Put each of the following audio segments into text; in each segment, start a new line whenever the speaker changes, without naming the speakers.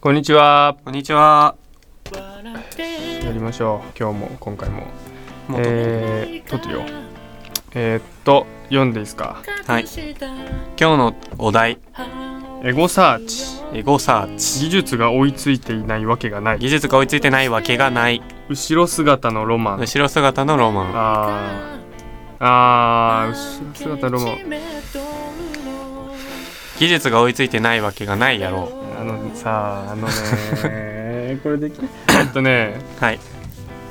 こんにちは。
こんにちは。
やりましょう。今日も今回も。
もう
えー、撮ってるよ。えー、っと、読んでいいですか。
はい今日のお題、
エゴサーチ。
エゴサーチ。
技術が追いついていないわけがない。
技術が追いついてないわけがない。
後ろ姿のロマン。
後ろ姿のロマン。
あー。あー、後ろ姿のロマン。
技術が追いついてないわけがないやろ
あのさあ、あのね これできない。えっとね、
う。はい。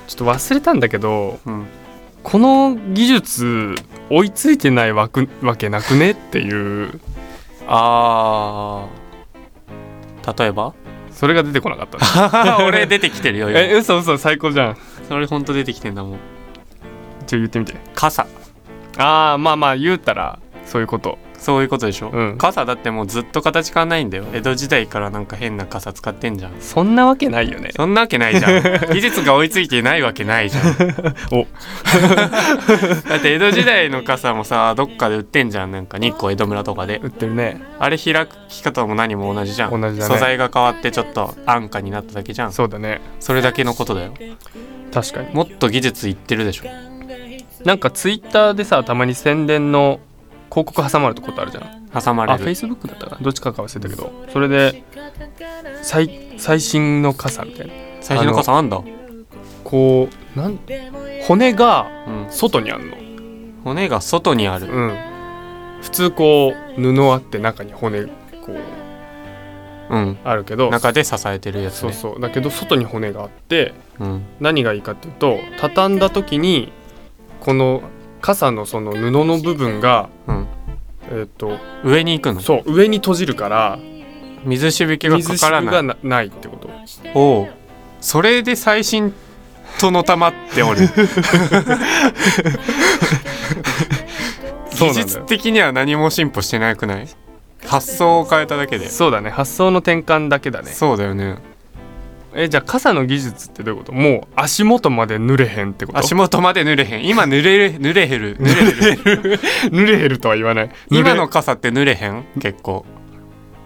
ちょっと忘れたんだけど、
うん。
この技術追いついてないわくわけなくねっていう、
あー。例 えば
それが出てこなかった。
俺出てきてるよ。今
え、嘘嘘最高じゃん。
それほんと出てきてんだもん。
ちょ言ってみて。
傘。
ああまあまあ言うたらそういうこと
そういうことでしょ、
うん
傘だってもうずっと形変わんないんだよ。江戸時代からなんか変な傘使ってんじゃん。
そんなわけないよね
そんなわけない じゃん。技術が追いついてないわけないじゃん。
お
だって江戸時代の傘もさどっかで売ってんじゃんなんか日光江戸村とかで
売ってるね
あれ開き方も何も同じじゃん
同じだね
素材が変わってちょっと安価になっただけじゃんそ
そうだね
れだけのことだよ
確かに
もっと技術いってるでしょ
なんかツイッターでさたまに宣伝の広告挟まれたことあるじゃん
挟ま
あ
れ
フェ
る
イスブックだったかなどっちかか忘れたけどそれで最最新の傘みたいな
最初の傘あんだ、う
こうなん骨が
ん、
外にあんの
骨が外にある
うん普通こう布あって中に骨こう
うん
あるけど
中で支えてるやつ
そう
ね
そうだけど外に骨があって
うん
何がいいかっていうと畳んだ時にこの傘のその布の部分が、
うん
えっと
上に行くの
そう上に閉じるから
水しぶきが
水
か
しぶ
から
が
ない
なないってこと
おうそれで最新とのたまっておる
そう
技
なんだよ
術的には何も進歩してなくない発想を変えただけで
そうだね発想の転換だけだね
そうだよね
えじゃあ傘の技術ってどういうこともう足元まで濡れへんってこと
足元まで濡れへん今濡れる濡れへ る濡れへる
濡れへるとは言わない濡れ
今の傘って濡れへん結構、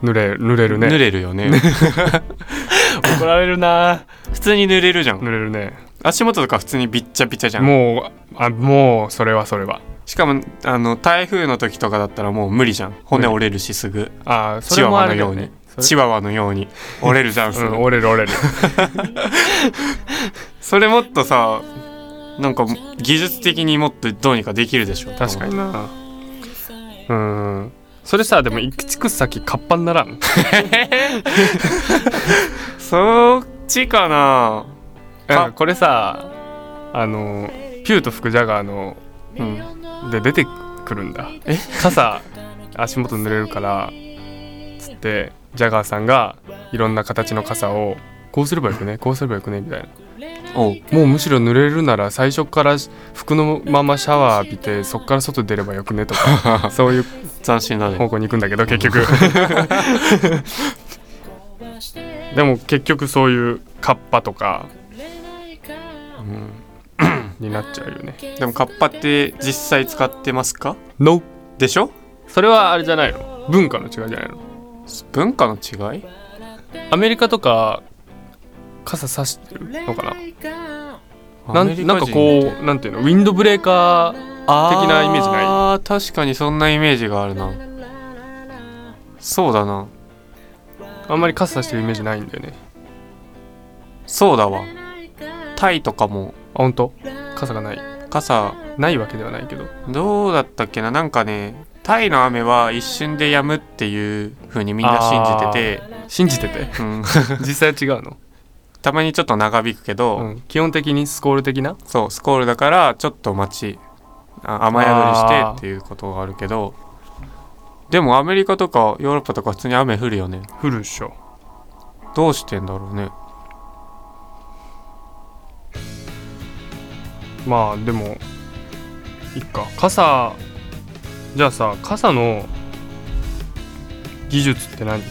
濡れ濡れる
濡
ね
れる よね
怒られるな
普通に濡れるじゃ
濡
ん
れるね
足元とか普通にびっちゃびちゃじゃん
もうあもうそれはそれは
しかもあの台風の時とかだったらもう無理じゃん骨折れるしすぐ
あーそ
チ
れ
ワ
もあ
ワの
れだ
よ
よ
うに
ね
チワワのように折れるじゃんす
う
ぐ
ん、折れる折れる
それもっとさなんか技術的にもっとどうにかできるでしょ
確かに
多
なうんそれさでも行くつく先活版ならん
分そっちかな
なんかこれさあのピューとフクジャガーの
うん
で出てくるんだ
え
傘足元濡れるからつってジャガーさんがいろんな形の傘をこうすればよくねこうすればよくねみたいな
おう
もうむしろ濡れるなら最初から服のままシャワー浴びてそっから外出ればよくねと かそういう
斬新だね
方向に行くんだけど結局でも結局そういうカッパとかになっちゃうよね
でもカッパって実際使ってますか
No
でしょ
それはあれじゃないの文化の違いじゃないの
文化の違い
アメリカとか傘さしてるのかなな
アメリカ
ん
人
なんかこうなんていうのウィンドブレーカー
あ
的なイメージない
あ確かにそんなイメージがあるなそうだな
あんまり傘さしてるイメージないんだよね
そうだわタイとかも
あ本当傘がない
傘
ないわけではないけど
どうだったっけななんかねタイの雨は一瞬で止むっていう風にみんな信じて
信じて て
て、うん、
実際は違うの、
たまにちょっと長引くけど、
うん、基本的にスコール的な
そうスコールだからちょっと待ちあ雨宿りしてっていうことがあるけどでもアメリカとかヨーロッパとか普通に雨降るよね
降るっしょ
どうしてんだろうね
まあでもいっか傘じゃあさ傘の技術って何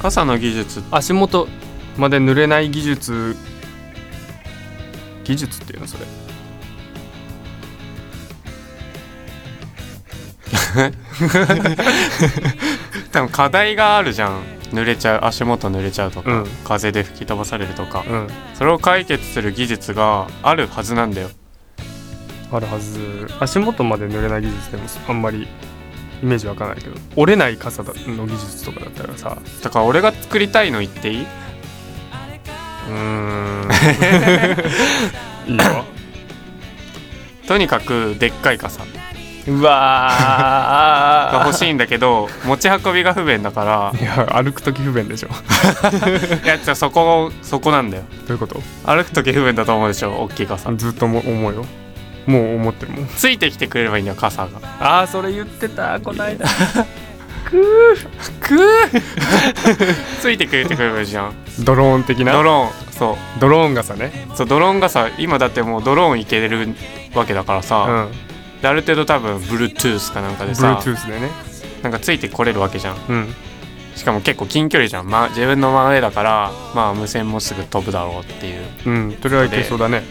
傘の技術
足元まで濡れない技術技術っていうのそれ
多分課題があるじゃん濡れちゃう足元濡れちゃうとか、
うん
風で吹き飛ばされるとか
うん
それを解決する技術があるはずなんだよ
あるはず足元まで濡れない技術でもあんまりイメージ湧かないけど折れない傘だの技術とかだったらさ
だから俺が作りたいの言っていいう
ーんいいよ
とにかくでっかい傘
うわ
が欲しいんだけど持ち運びが不便だか
いや歩く時不便でしょど
らいやじゃあそこそこなんだよ
ういうこと
歩く時不便だと思うでしょ大きい傘
ずっと思思うよもう思ってるもん
ついてきてくれればいいんだよ傘が
ああそれ言ってたこ ないだ
くーついてくれてくればいいじゃん
ドローン的な
ド
ドロ
ローンそ
ーン傘ね
うそうドローンがさ今だってもうドローンいけるわけだから
う
さ、
ん
である程度多分 Bluetooth かなんかでさ
Bluetooth でね
なんかついてこれるわけじゃん
うん
しかも結構近距離じゃん、ま、自分の真上だからまあ無線もすぐ飛ぶだろうっていう
うんそれはいけそうだね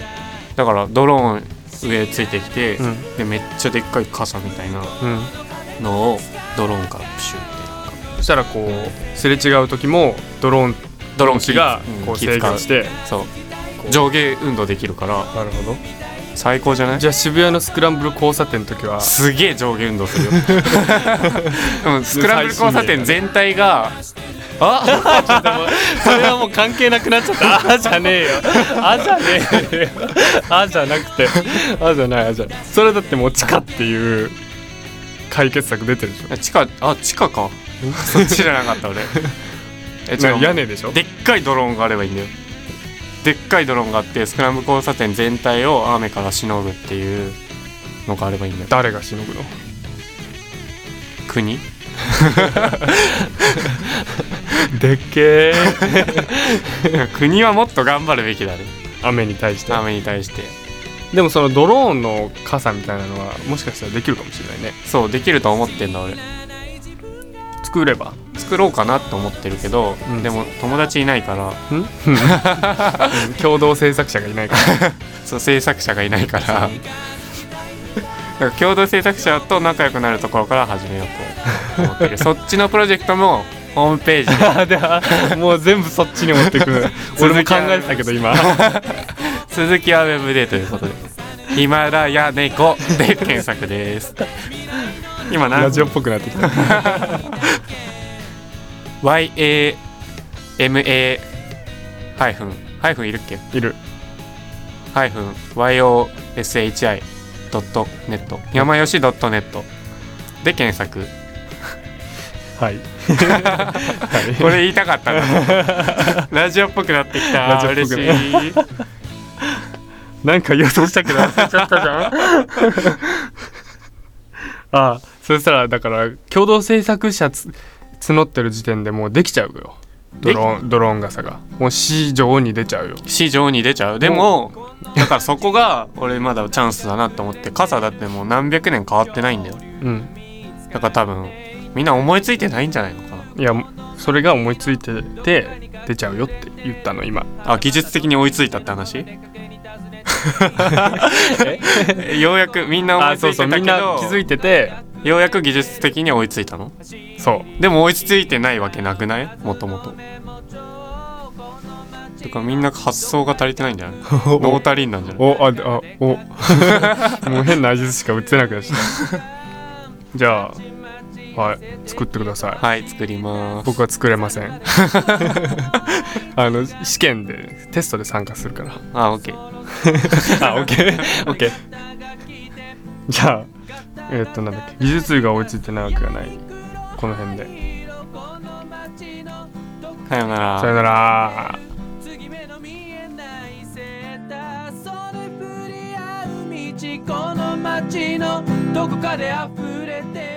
だからドローン上ついてきて、
うん
でめっちゃでっかい傘みたいな
うん
のをドローンからプシュってなんか
そしたらこうすれ違う時もドローン
ドローン
同士が
気
こう
気使
制御して
そう上下運動できるから
なるほど
最高じゃない
じゃあ渋谷のスクランブル交差点の時 は
すげえ上下運動 するようんスクランブル交差点全体があ
それはもう関係なくなっちゃった ああじゃねえよあじゃねえよあじゃなくてあじゃないあじゃないそれだってもう地下っていう解決策出てるでしょ
地下あ地下かそっちじゃなか った俺え違
な
う
屋根でしょ
でっかいドローンがあればいいんだよでっかいドローンがあってスクランブル交差点全体を雨からしのぐっていうのがあればいいんだよ
誰がしのぐの
国
でっけえ
国はもっと頑張るべきだね
雨に対して
雨に対して
でもそのドローンの傘みたいなのはもしかしたらできるかもしれないね
そうできると思ってんだ俺
作れ ば
作ろうかなと思ってるけど、
うん
でも友達いないから
んうん共同制作者がいないから
そう制作者がいないからだから共同制作者と仲良くなるところから始めようと思ってるそっちのプロジェクトもホームページで
あで もう全部そっちに持っていくの 俺も考えてたけど今
鈴木はウェブでということで「ヒマラヤ猫」で検索です今
ラ
何
ジオっぽくなってきた
YAMA ハイフンハイフンいるっけ
いる
ハイフン YOSHI ドットネット山吉ドットネットで検索
はい はい
これ言いたかったな ラジオっぽくなってきた
ラジオっぽく
嬉し
ね
い
なんか言おうとしたけど忘れちゃったじゃん ああそしたらだから共同制作者つ募ってる時点でもうできちゃうよドローンドローン傘がもう市場に出ちゃうよ
市場に出ちゃうでもだからそこが俺まだチャンスだなと思って傘だってもう何百年変わってないんだよ
うん
だから多分みんな思いついてないんじゃないのか
いやそれが思いついてて出ちゃうよって言ったの今
なあ技術的に追いついたっ て話ようやくみんな思い
あ
つ
そう
い
そう
てた
みん
け
な気づ
ど
いてて
ようやく技術的に追いついたの
そう
でも追いついてないわけなくないもともとだからみんな発想が足りてないんじ ゃない ノータリンなんじゃない
おああお もう変な味しか売ってなくなっちゃ ったじゃあはい作ってください
はい作ります
僕は作れません あの試験でテストで参加するから
あオッケー
あオッケ ーオッケーじゃあえーっとなんだっけ技術類が追いついて長くがないこの辺で
さよなら
さよなら
次目の見えないセーターそれ振り合う道この街のどこかで溢れてる